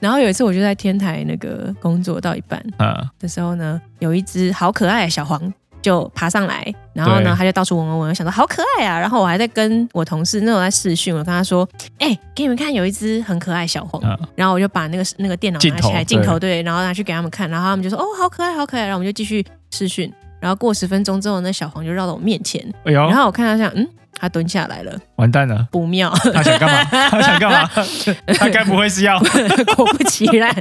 B: 然后有一次我就在天台那个工作到一半
A: 啊，
B: 的时候呢，有一只好可爱的小黄就爬上来，然后呢
A: 对
B: 它就到处闻闻闻，我想说好可爱啊！然后我还在跟我同事那时候在视讯，我跟他说：“哎、给你们看，有一只很可爱的小黄。
A: 啊
B: 然后我就把那个那个电脑
A: 镜
B: 拿
A: 头
B: 起来，镜
A: 对
B: 头对，然后拿去给他们看，然后他们就说：“哦，好可爱，好可爱。”然后我们就继续视讯。然后过十分钟之后，那小黄就绕到我面前，
A: 哎呦
B: 然，后我看他这样，嗯，他蹲下来了，
A: 完蛋了，
B: 不妙，
A: 他想 干嘛？他想干嘛？他该不会是要
B: 果不其然，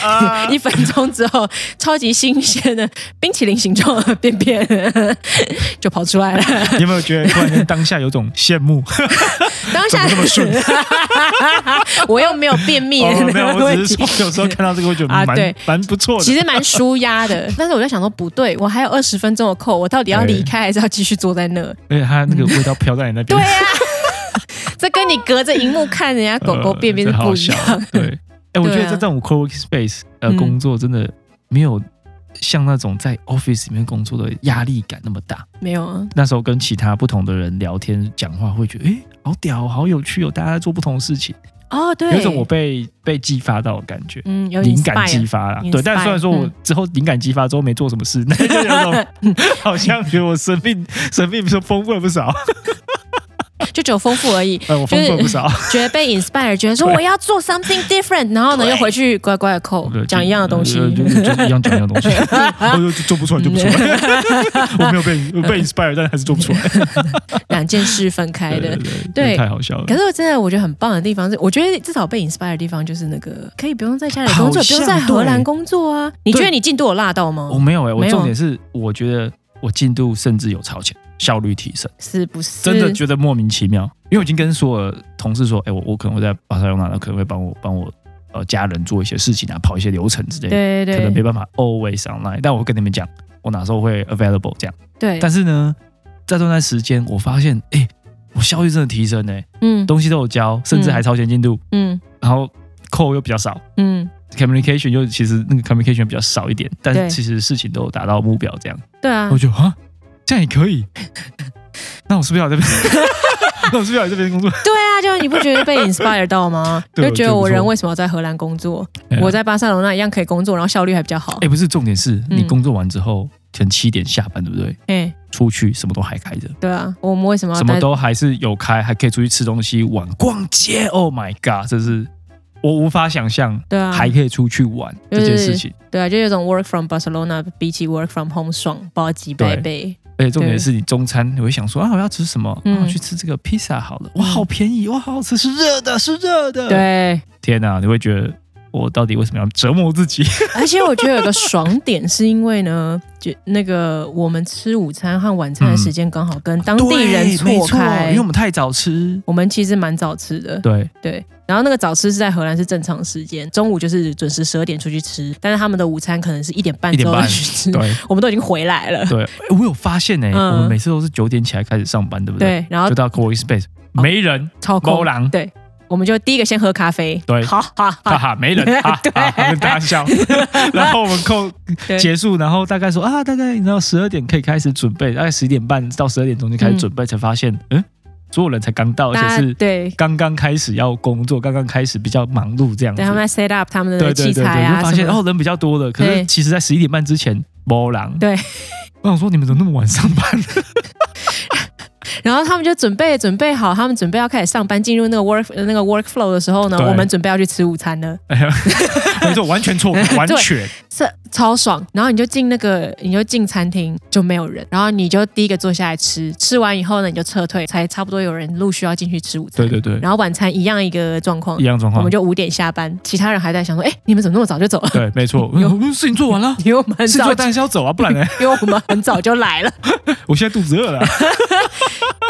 A: 啊？
B: 一分钟之后，超级新鲜的冰淇淋形状的便便 就跑出来了。
A: 你有没有觉得突然间当下有种羡慕？
B: 当下
A: 怎么这
B: 我又没有便秘的
A: 哦，没有，
B: 那个
A: 我
B: 问
A: 只是
B: 题。
A: 说有时候看到这个，我觉得
B: 啊
A: 蛮
B: 对
A: 蛮不错的。
B: 其实蛮舒压的，但是我在想说，不对，我还有二十分钟的扣，我到底要离开还是要继续坐在 那？
A: 而且它哎那个味道飘在你那
B: 对
A: 边，
B: 啊，这跟你隔着荧幕看人家狗狗便便是
A: 呃
B: 不一
A: 真好
B: 样。
A: 笑对，哎，我觉
B: 对
A: 得
B: 啊
A: 在这种 co-working space 呃
B: 嗯
A: 工作，真的没有像那种在 office 里面工作的压力感那么大。
B: 没有啊，
A: 那时候跟其他不同的人聊天讲话，会觉得哎，诶好屌哦，好有趣哦，大家在做不同的事情，
B: 哦，对，
A: 有一种我被被激发到的感觉。
B: 嗯有
A: 灵感激
B: inspire
A: 发啦，
B: inspire，
A: 对，但虽然说我
B: 嗯
A: 之后灵感激发之后没做什么事，但 是有种好像觉得我生命 生命说丰富了不少，
B: 就只有丰富而已，
A: 呃，我丰富了不少，
B: 觉得被 inspire，觉得说
A: 对
B: 我要做 something different，然后呢
A: 对
B: 又回去乖乖的扣
A: 对
B: 讲一样的东西
A: 呃，就就就是一样讲一样的东西，我就做不出来，就不出来。 我没有被我被 inspire，但是还是做不出来。
B: 两件事分 开的。对
A: 太好笑了
B: 可。是我真的我觉得很棒的地方是，我觉得至少被 inspire 的地方就是那个可以不用在家里工作，
A: 好
B: 不
A: 像
B: 用在荷兰工作啊。你觉得你进度有落到吗
A: 我？没有哎，我
B: 没有啊
A: 重点是我觉得我进度甚至有超前，效率提升，
B: 是不是？
A: 真的觉得莫名其妙。因为我已经跟所有同事说，哎，我我可能会在巴塞罗那，可能会帮我帮我呃家人做一些事情啊，跑一些流程之类的，
B: 对
A: 可能
B: 对
A: 没
B: 对
A: 办法 always online，但我跟你们讲，我哪时候会 available 这样。
B: 对，
A: 但是呢，在这段时间，我发现，哎、我效率真的提升呢、
B: 嗯
A: 东西都有交，甚至还超前进度，
B: 嗯
A: 然后扣又比较少
B: 嗯，
A: ，communication 又其实那个 communication 比较少一点，但
B: 对
A: 是其实事情都有达到目标，这样
B: 对啊
A: 我，就啊，这样也可 以，那我是不是要在这边？ 那我是不是要在这边工作？
B: 对啊，就你不觉得被 inspire 到吗？
A: 对
B: 就觉
A: 我觉
B: 得
A: 得
B: 我人
A: 不错
B: 为什么要在荷兰工作？
A: 对啊
B: 我在巴塞罗那一样可以工作，然后效率还比较好
A: 哎、。不是，重点是你
B: 嗯
A: 工作完之后，可能七点下班，对不对？
B: 哎，
A: 出去什么都还开着，
B: 对啊，我们为什么要
A: 什么
B: 待？
A: 都还是有开，还可以出去吃东西、玩、逛街。Oh my god，这是我无法想象，
B: 对啊，
A: 还可以出去玩
B: 就
A: 这
B: 是
A: 件事情。
B: 对啊，就有种 work from Barcelona 比起 work from home 爽不知道几百
A: 对
B: 倍。
A: 而且重点是你中餐，你会想说啊，我要吃什么？
B: 嗯
A: 啊，去吃这个披萨好了，哇，
B: 嗯
A: 好便宜，哇，好好吃，是热的，是热的。，
B: 对，
A: 天哪，你会觉得我到底为什么要折磨自己？
B: 而且我觉得有个爽点是因为呢，就那个我们吃午餐和晚餐的时间刚好跟当地人
A: 啊对没
B: 错
A: 错，因
B: 开
A: 为我。们太早吃。
B: 我们其实蛮早吃的，
A: 对，
B: 对。然后那个早吃是在荷兰是正常时间，中午就是准时十二点出去吃，但是他们的午餐可能是一点半
A: 一点
B: 之后
A: 半
B: 去吃，
A: 对，
B: 我们都已经回来了。
A: 对，诶 我有发现呢，
B: 嗯
A: 我们每次都是九点起来开始上班，对不对？
B: 对，然后哦
A: 就到 co-working space，没人，
B: 超
A: 没
B: 空，
A: 人，
B: 对，我们就第一个先喝咖啡，
A: 对
B: 好好好
A: 哈，哈，没人，哈
B: 对
A: 哈，跟大 家笑。然后我们扣
B: 对
A: 结束，然后大概说啊，大概你知道十二点可以开始准备，大概十一点半到十二点钟就开始准备，才发现嗯，所有人才刚到，而
B: 大
A: 且
B: 家
A: 是
B: 对
A: 刚刚开始要工作，刚刚开始比较忙碌这样子
B: 对，他。们在 set up 他们的
A: 对对
B: 器
A: 对对，就
B: 材啊
A: 发
B: 什
A: 现
B: 么
A: 哦人比较多了，可
B: 对
A: 是其实在十一点半之前没人。
B: 对，
A: 我想说你们怎么那么晚上班？
B: 的，然后他们就准备准备好，他们准备要开始上班，进入那个 work 呃那个 workflow 的时候呢，
A: 对
B: 我们准备要去吃午餐了，
A: 哎呀，没错，完全 错开，完全
B: 是超爽。然后你就进那个，你就进餐厅就没有人，然后你就第一个坐下来吃，吃完以后呢，你就撤退，才差不多有人陆续要进去吃午餐。
A: 对对对，
B: 然后晚餐一样一个状况
A: 一，样状
B: 我
A: 况
B: 们。就五点下班，其他人还在想说，哎，你们怎么那么早就 走了？
A: 对，没错，
B: 有
A: 嗯事情做完了，
B: 因为我们很
A: 事情
B: 早
A: 做
B: 就，
A: 但是要走啊，不然 呢？
B: 因为我们很早就来了。
A: 我现在肚子饿了。啊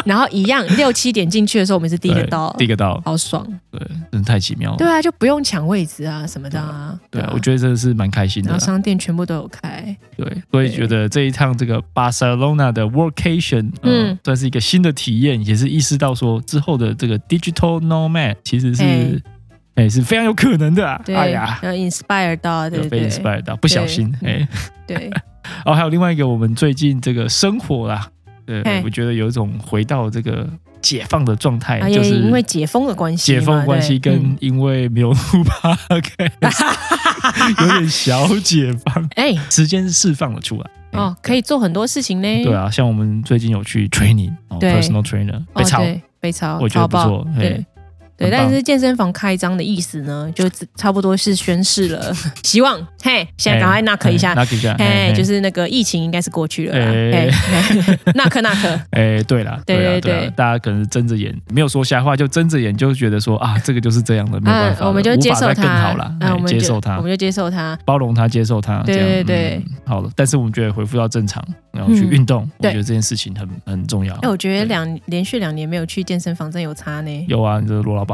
B: 然后一样六七点进去的时候，我们是第一个
A: 对
B: 到，
A: 第一个到，
B: 好爽。
A: 对，真的太奇妙了。
B: 对啊，就不用抢位置啊什么的啊。
A: 哦对啊，我觉得真的是蛮开心的啊
B: 然
A: 啦
B: 后。商店全部都有开，
A: 对，所以觉得这一趟这个 Barcelona 的 Workation，嗯
B: 嗯，
A: 算是一个新的体验，也是意识到说之后的这个 Digital Nomad 其实
B: 哎
A: 是，哎，是非常有可能的啊。
B: 对，
A: 哎呀，
B: 然后 inspire 到，对
A: 有
B: 对
A: 被
B: 对
A: inspire 到，不小心，
B: 对
A: 哎，
B: 对，
A: 哦，还有另外一个，我们最近这个生活啦，
B: 哎
A: 对，我觉得有一种回到这个解放的状态
B: 啊，
A: 哎就
B: 也
A: 是
B: 因为解封的关系嘛，
A: 解封关系
B: 对
A: 跟
B: 嗯
A: 因为没有录 podcast，有点小解放，
B: 哎
A: 时间释放了出来。
B: 哦，可以做很多事情呢。
A: 哎对啊，像我们最近有去 training，哦
B: 对
A: ，personal trainer
B: 哦，
A: 被炒，
B: 对，被抄，
A: 我觉
B: 超
A: 得不
B: 爆。
A: 错。嘿
B: 对，对，
A: 很棒
B: 但是健身房开张的意思呢，就只差不多是宣示了希望。嘿，现在赶快 knock 一下，
A: knock 一下，
B: 嘿，就是是那个疫情应该是过去了啦。
A: 哎
B: 嘿嘿 knock knock，
A: 哎，对啦，
B: 对
A: 啦
B: 对
A: 对啦
B: 对
A: 大家可能睁着眼，没有说瞎话，就睁着眼就觉得说啊，这个就是这样的，没有办
B: 啊
A: 法，了，
B: 我们就
A: 无法
B: 接受
A: 再更好
B: 它
A: 了，，
B: 啊，
A: 哎
B: 我们
A: 接
B: 就
A: 受它
B: 我，们就接受它。
A: 包容它，接受它，
B: 对
A: 这样
B: 对对
A: 嗯好了。但是我们觉得回复到正常，然后去
B: 嗯
A: 运动，我
B: 对
A: 觉得这件事情很很重要。
B: 哎，我觉得
A: 哦对
B: 两连续两年没有去健身房，真有差呢。
A: 有啊，你这个罗老板，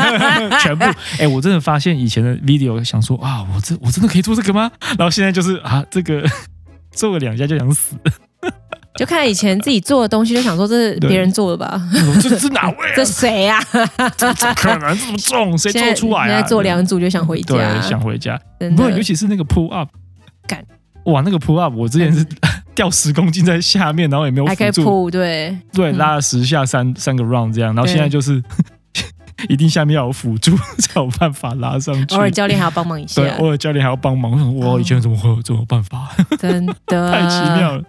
A: 全部哎、我真的发现以前的 video 想说啊，我这我真的可以做这个吗？然后现在就是啊，这个 做个两下就想死，
B: 就看以前自己做的东西，就想说这是
A: 对
B: 别人做的吧，
A: 这这哪位、
B: 这
A: 啊？
B: 谁呀？
A: 这怎么可能这么重？谁
B: 现
A: 做
B: 在
A: 出来啊？
B: 现在做两组就想回
A: 对，
B: 家，
A: 想回家。
B: 真
A: 不过尤
B: 的。
A: 其是那个 pull up，
B: 干
A: 哇，那个 pull up，我之前是掉十公斤在下面，然后也没有
B: 还可以
A: 扶住，
B: 铺对，
A: 对，
B: 嗯
A: 拉了十下三三个 round 这样，然后现在
B: 对
A: 就是 一定下面要有辅助 才有办法拉上去。
B: 偶尔教练还要帮忙一下
A: 对，，偶尔教练还要帮忙。我想我
B: 啊哦啊
A: 以前怎么会有这种办 法？
B: 真的哎
A: 太奇妙了。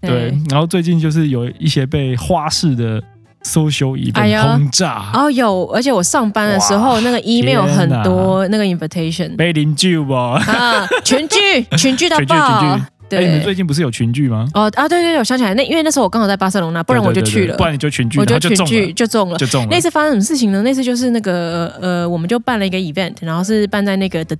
A: 对，然后最近就是有一些被花式的 social 已
B: 哎
A: 被
B: 呦
A: 轰炸，
B: 哦，有，而且我上班的时候，那个 email
A: 天
B: 很
A: 哪
B: 多，那个 invitation
A: 被邻居吧？
B: 啊，群聚，群聚到
A: 群聚
B: 爆啊
A: 群聚，哎，你们
B: 对
A: 最，近不是有群聚吗？
B: 哦啊，对对对，我想起来，那因为那时候我刚好在巴塞隆那，不然我就
A: 对对对
B: 去
A: 对
B: 了，
A: 不然你就群聚，
B: 我
A: 然后
B: 就群
A: 就中
B: 聚
A: 了，
B: 就中了。
A: 就中了
B: 那。次发生什么事情呢？那次就是那个呃，我们就办了一个 event，然后是办在那个 The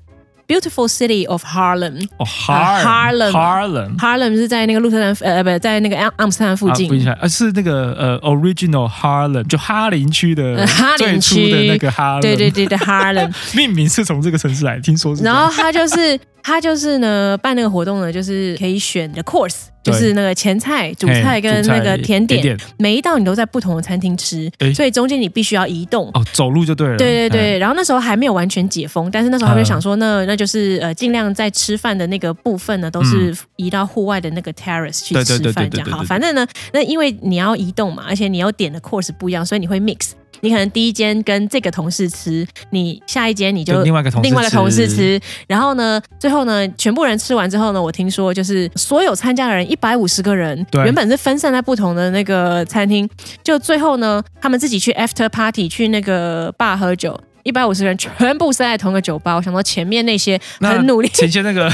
B: Beautiful City of Harlem。
A: 哦，Harlem
B: Harlem
A: Harlem
B: Harlem 是在那个鹿特丹呃呃不在那个阿阿姆斯特丹附
A: 啊不
B: 近
A: 是，呃是那个呃 original Harlem，就哈林区的
B: 呃 哈
A: 最
B: 林
A: 初
B: 区
A: 的那个哈林，
B: 对对 对对 Harlem，
A: 命名是从这个城市来，听说是这
B: 然
A: 样。
B: 后他就是他就是呢办那个活动呢，就是可以选你的 course，
A: 对
B: 就是那个前菜、主
A: 嘿
B: 菜跟
A: 主
B: 那个甜点，
A: 点
B: 每一道你都在不同的餐厅吃，
A: 诶
B: 所以中间你必须要移动。
A: 哦，走路就对了。
B: 对对
A: 嗯
B: 对，然后那时候还没有完全解封，但是那时候他们
A: 嗯
B: 就想说那，那就是呃，尽量在吃饭的那个部分呢，都是移到户外的那个 terrace 去
A: 嗯对对对
B: 吃饭这
A: 对对
B: 样。
A: 对
B: 好，
A: 对
B: 反正呢，那因为你要移动嘛，而且你要点的 course 不一样，所以你会 mix。你可能第一间跟这个同事吃，你下一间你
A: 就
B: 就
A: 另外一个同事
B: 另外的同事吃，然后呢，最后呢，全部人吃完之后呢，我听说就是所有参加的人一百五十个人，
A: 对
B: 原本是分散在不同的那个餐厅，就最后呢，他们自己去 after party 去那个 bar 喝酒。一百五十人全部塞在同一个酒吧，我想到前面那些
A: 那
B: 很努力
A: 前些 那个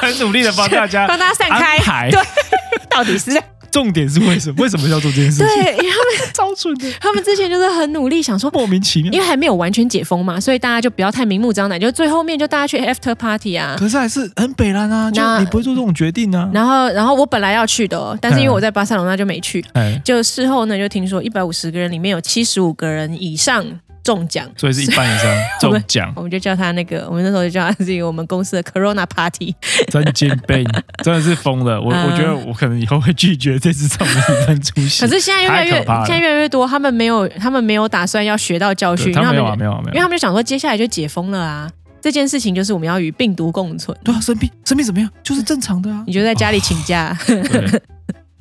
A: 很努力的帮大家
B: 帮大家散
A: 安
B: 开，
A: 排，
B: 对到底 是在
A: 重点是为什么？为什么要做这件事
B: 对，
A: 情？
B: 因为他们
A: 超蠢的，
B: 他们之前就是很努力，想 说
A: 莫名其
B: 因
A: 妙。
B: 为还没有完全解封嘛，所以大家就不要太明目张胆，就最后面就大家去 after party 啊。
A: 可是还是很北蓝啊，就
B: 那
A: 你不会做这种决定啊。
B: 然后，然后我本来要去的哦、但是因为
A: 嗯
B: 我在巴塞罗那就没去。
A: 哎，
B: 就事后呢，就听说一百五十个人里面有七十五个人以上中奖，
A: 所以是一半 以上
B: 我们
A: 中奖，
B: 我们就叫他那个，我们那时候就叫他是一个我们公司的 Corona Party。
A: 真金被真的是疯了。我
B: 嗯
A: 我觉得我可能以后会拒绝这次这种一般出席。
B: 可是现在越来越，
A: 太可怕了
B: 现在越来越多，他们没有，他们没有打算要学到教训，
A: 对
B: 因为
A: 他
B: 他
A: 没
B: 们
A: 有啊，没有啊，
B: 因
A: 没
B: 为
A: 有啊。
B: 他们就想说接下来就解封了啊，这件事情就是我们要与病毒共存，
A: 对啊，生病生病怎么样？就是正常的啊
B: 你。就在家里请假。
A: 对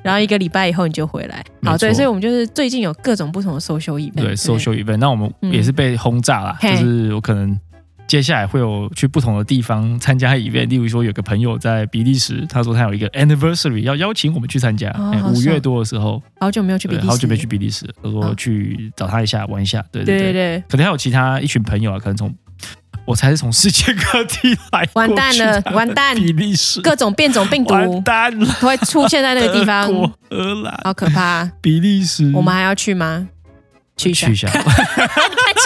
B: 然后一个礼拜以后你就回来，
A: 没
B: 好，对，
A: 错
B: 所以我们就是最近有各种不同的 social event，
A: 对，social event，那我们
B: 嗯
A: 也是被轰炸啦，
B: 嘿
A: 就是我可能。接下来会有去不同的地方参加
B: 嗯
A: event，例如说有个朋友在比利时，他说他有一个 anniversary 要邀请我们去参加，
B: 哦
A: 哎
B: 好
A: 五、月
B: 爽
A: 多的时候，
B: 好久没有去比
A: 对，
B: 利时，
A: 好久没去，比利时了，他说
B: 好
A: 去找他一下玩一下，对
B: 对对
A: 对
B: 对，
A: 可能还有其他一群朋友啊，可能从我才是从世界各地来过
B: 完蛋
A: 去
B: 了
A: 的
B: 完蛋
A: 比利时
B: 各种变种病毒
A: 完蛋了，
B: 会出现在那个地
A: 德
B: 方
A: 国，荷兰、
B: 好可怕啊！
A: 比利时，
B: 我们还要去吗？去一下
A: 嗯去一，下，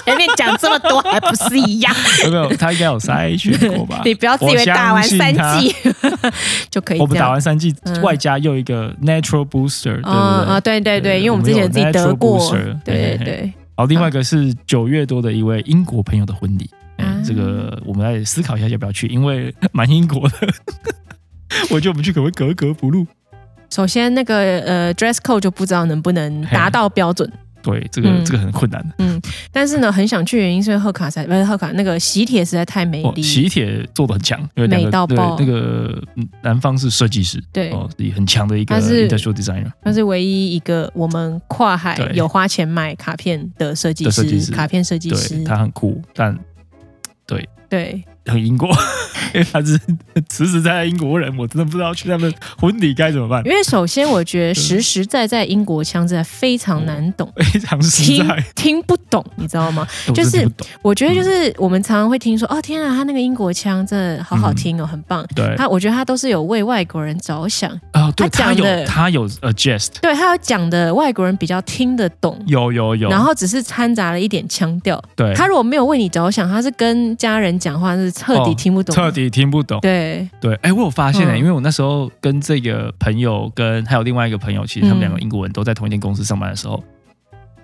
B: 前面讲这么多还不是一样？？
A: 有没有？他应该有筛选过吧
B: 你不要自以为打完三
A: 啊我相信
B: 剂就可以
A: 我
B: 这
A: 们打
B: 样。
A: 完三剂，
B: 嗯
A: 外加又一个 natural booster，对
B: 嗯啊，
A: 不对？
B: 对对对，
A: 对
B: 因为我们之前自己得
A: 我
B: 过
A: 们有 natural booster，，
B: 对
A: 嘿嘿嘿
B: 对对，
A: 好，哦另外一个是九月多的一位英国朋友的婚礼，嗯
B: 啊，
A: 这个我们来思考一下要不要去，因为 蛮英国的。我觉得我们去可能会格格不入。
B: 首先那个呃 dress code 就不知道能不能达到标准，
A: 对，这个、
B: 嗯
A: 这个很困难。
B: 但是呢，很想去的原因是因为贺卡才不是贺卡那个喜帖实在太美
A: 哦，
B: 丽，
A: 喜帖做的很强，因为两
B: 美到
A: 个对
B: 爆
A: 那个嗯男方是设计师，
B: 对，
A: 哦，是很强的一个
B: 他是
A: industrial designer
B: 他是唯一一个我们跨海
A: 对
B: 有花钱买卡片的设计
A: 的设计
B: 师，
A: 师
B: 卡片设计师
A: 对，他很酷，但
B: 对，
A: 很英国， 因为他是 实实在在英国人，我真的不知道去他们婚礼该怎么办，
B: 因为首先我觉得实实在在英国腔真的非常难懂，
A: 非常实
B: 听
A: 在，
B: 听不懂，你知道吗？
A: 我真的
B: 就是
A: 听不懂
B: 我觉得就是我们常常会听说，哦天啊，他那个英国腔真的好好听哦，很棒。
A: 对
B: 他我觉得他都是有为外国人着想，
A: 啊，
B: 他
A: 对他
B: 讲
A: 有
B: 的
A: 他有呃 adjust，
B: 对他有讲的外国人比较听得懂。
A: 有有有，
B: 然后只是掺杂了一点腔调，
A: 对
B: 他如果没有为你着想，他是跟家人讲话是彻底
A: 哦
B: 听不懂，
A: 彻底听不懂。
B: 对，
A: 对，哎、我有发现、欸，
B: 嗯
A: 因为我那时候跟这个朋友跟还有另外一个朋友，其实他
B: 嗯
A: 们两个英国人都在同一间公司上班的时候，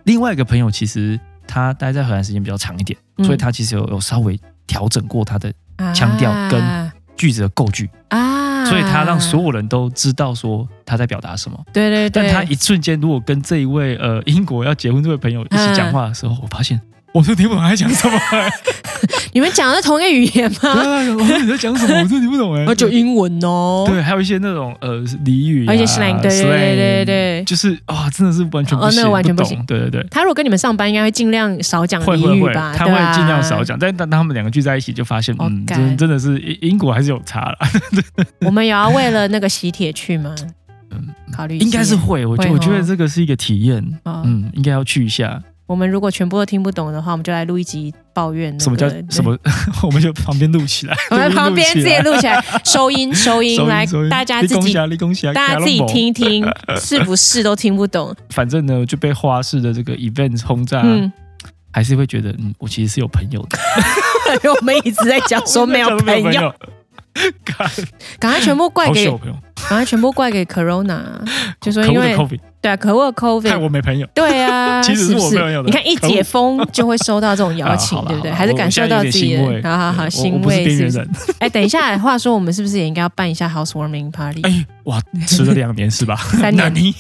A: 另外一个朋友其实他待在荷兰时间比较长一点，
B: 嗯
A: 所以他其实有有稍微调整过他的腔调跟
B: 啊
A: 句子的构句，
B: 啊
A: 所以他让所有人都知道说他在表达什么。
B: 对对对，
A: 但他一瞬间如果跟这一位呃英国要结婚这位朋友一起
B: 嗯
A: 讲话的时候，我发现。我都听不懂他在讲 什么、欸，
B: 你们讲的是同一个语言
A: 对
B: 吗？
A: 啊，我说你在讲什么，我真的听不懂哎、欸。
B: 啊，就英文哦，
A: 对，还有一些那种呃俚语、啊，
B: 而且 slang，对对
A: slang
B: 对对对
A: 就是啊、真的是完全不
B: 哦那
A: 行，
B: 个完全不
A: 懂
B: 行
A: 对对对。
B: 他如果跟你们上班，应该会尽量少讲
A: 会
B: 俚
A: 会
B: 语
A: 会
B: 吧，，
A: 他
B: 对啊
A: 会
B: 吧
A: 尽量少。讲，但但他们两个聚在一起就发现，
B: 哦
A: 嗯，
B: 干
A: 真真的是英英国还是有差了，
B: 我们有要为了那个喜帖去吗？
A: 嗯
B: 考虑一下
A: 应该是会，我觉
B: 会
A: 我觉得
B: 哦
A: 这个是一个体验，
B: 哦
A: 嗯，应该要去一下。
B: 我们如果全部都听不懂的话，我们就来录一集抱怨、那个
A: 什么叫
B: 对
A: 什么？ 我们就旁边录起来，
B: 我们在旁边
A: 录
B: 自
A: 起
B: 己
A: 来
B: 录起来，收音收音，
A: 收音
B: 来
A: 收音
B: 大家
A: 立
B: 自
A: 功
B: 己
A: 侠立功侠
B: 大家自己
A: 啊给他弄
B: 听一 听，是不是都听不懂？
A: 反正呢，就被花式的这个 event 轰炸，
B: 嗯，
A: 还是会觉得，嗯，我其实是有朋友的，
B: 因为我们一直在讲说没有 朋
A: 没
B: 友，，
A: 干
B: 赶快全部怪
A: 好
B: 给
A: 秀朋友，
B: 赶快全部怪给 Corona，就说
A: 可
B: 因
A: 恶的
B: 为
A: COVID，
B: 对啊，可恶的
A: 害
B: COVID，
A: 我没朋友。
B: 对啊，
A: 其实是
B: 是不
A: 我
B: 是
A: 朋友的
B: 你看一
A: 可恶
B: 解封就会收到这种邀请
A: 啊好，啦
B: 对不对？
A: 好啦
B: 还是感受到自己
A: 我我现在有点
B: 的，
A: 欣慰
B: 好好好，
A: 对
B: 欣
A: 我我不是
B: 慰
A: 边
B: 是
A: 缘
B: 不是？
A: 人。
B: 哎，等一下，话说我们是不是也应该要办一下 housewarming party？
A: 哎，哇，迟了两年是 吧？
B: 三
A: 那
B: 年
A: 你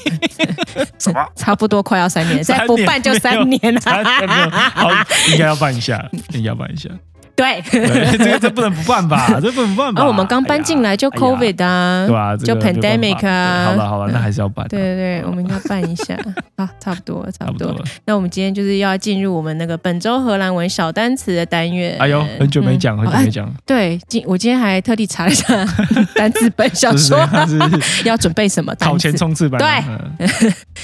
A: 什么？
B: 差不多快要三年，
A: 三
B: 再不
A: 年
B: 办就
A: 没有
B: 三年
A: 啊没有好
B: 了。，
A: 应该要办一下，应该要办一下。
B: 对，
A: 对，这个这不能不办吧？ 这不能不办吧？
B: 啊，我们刚搬进来就
A: 哎呀
B: COVID
A: 哎
B: 啊
A: 呀，对吧？这
B: 就
A: 个没办法
B: pandemic 啊
A: 对好了好了，那还是要办啊。
B: 对对对，我们应该办一 下啊，差不多，差
A: 差
B: 不
A: 不多
B: 多。
A: 了。
B: 那我们今天就是要进入我们那个本周荷兰文小单词的单元。
A: 哎呦，很久没讲，
B: 嗯
A: 很久没讲，
B: 对，今我今天还特地查了一下 单字本，想
A: 这是
B: 说
A: 怎样？ 是
B: 要准备什么单
A: 考
B: 字
A: 前。冲刺班啊。对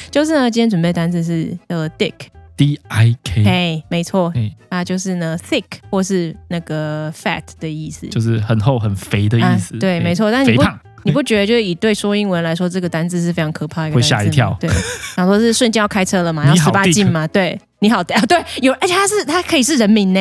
B: 就是呢，今天准备单字是呃 dick，
A: ，D I K
B: 嘿，没错
A: 嘿，
B: 它就是呢 thick 或是那个 fat 的意思。
A: 就是很厚很肥的意思。
B: 啊对
A: 哎
B: 没错但是你
A: 肥
B: 不
A: 胖
B: 你不觉得就是以对说英文来说，这个单字是非常可怕的一个
A: 会
B: 单字吗
A: 吓一跳
B: 对， 想说是瞬间要开车了嘛，要
A: 你好
B: 十八
A: dick
B: 禁嘛？对，你好，啊对，有，而且它是它可以是人名呢，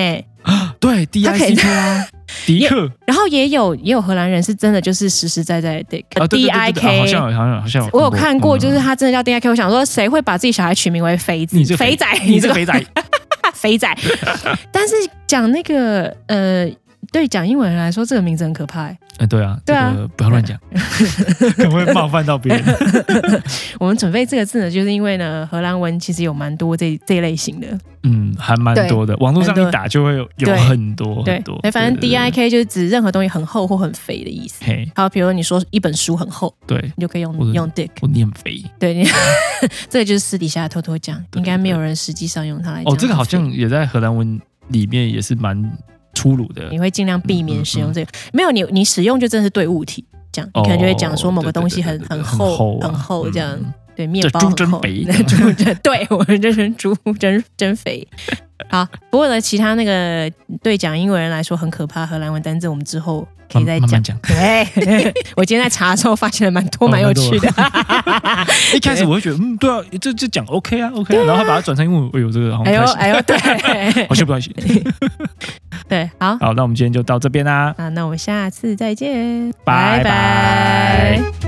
A: 对，D
B: 它
A: I
B: 可以
A: C K 啊，迪克
B: 然后也有也有荷兰人是真的就是实实在在的 dick、
A: 啊
B: D
A: 对对对
B: I
A: 对对啊
B: K，
A: 好像有好像有好像
B: 我有看过，
A: 嗯
B: 就是他真的叫 D I K，我想说谁会把自己小孩取名为肥子
A: 你这
B: 肥仔，
A: 你这
B: 个
A: 肥仔，
B: 肥 仔。但是讲那个呃，对讲英文来说，这个名字很可怕欸。
A: 哎，对啊，
B: 对啊
A: 这个不要 乱讲，可能会冒犯到别人。
B: 我们准备这个字呢，就是因为呢，荷兰文其实有蛮多这这类型的，
A: 嗯，还蛮多的，网络上一打就会有有
B: 对
A: 很多
B: 对
A: 很多，。
B: 哎反正
A: 对
B: D I。
A: 对对
B: K 就是指任何东西很厚或很肥的意思。
A: 嘿，
B: 还有，比如你说一本书很厚，
A: 对
B: 你就可以
A: 或者
B: 用用 dick。
A: 我念肥
B: 对，你 这个就是私底下偷偷讲，
A: 对
B: 应该没有人实际上用它来讲。
A: 哦，这个好像也在荷兰文里面也是蛮粗鲁的
B: 你会尽量避免使
A: 嗯
B: 用这个。没有你，你使用就真的是对物体这样，你
A: 哦
B: 可能就会讲说某个东西
A: 对
B: 很
A: 对对
B: 很
A: 对对
B: 厚
A: 很厚啊
B: 很厚这样
A: 嗯。
B: 对，面
A: 这
B: 包
A: 猪
B: 很
A: 真
B: 厚
A: 肥
B: 猪真对我们这身猪真真肥。好，不过呢，其他那个对讲英文人来说很可怕荷兰文单字，我们之后可以再
A: 慢慢
B: 讲
A: 慢。讲。
B: 对，我今天在查的时候发现了蛮多
A: 哦
B: 蛮有趣的。
A: 一开始我会觉得，嗯，对啊，这这讲 OK 啊，OK 啊，然后他把它转成英文，哎呦，这个好
B: 哎
A: 像
B: 呦
A: 不太行，
B: 哎呦，对
A: 好像不太行。
B: 对，好，
A: 好，那我们今天就到这边啦，
B: 啊，那我们下次再见，
A: 拜拜。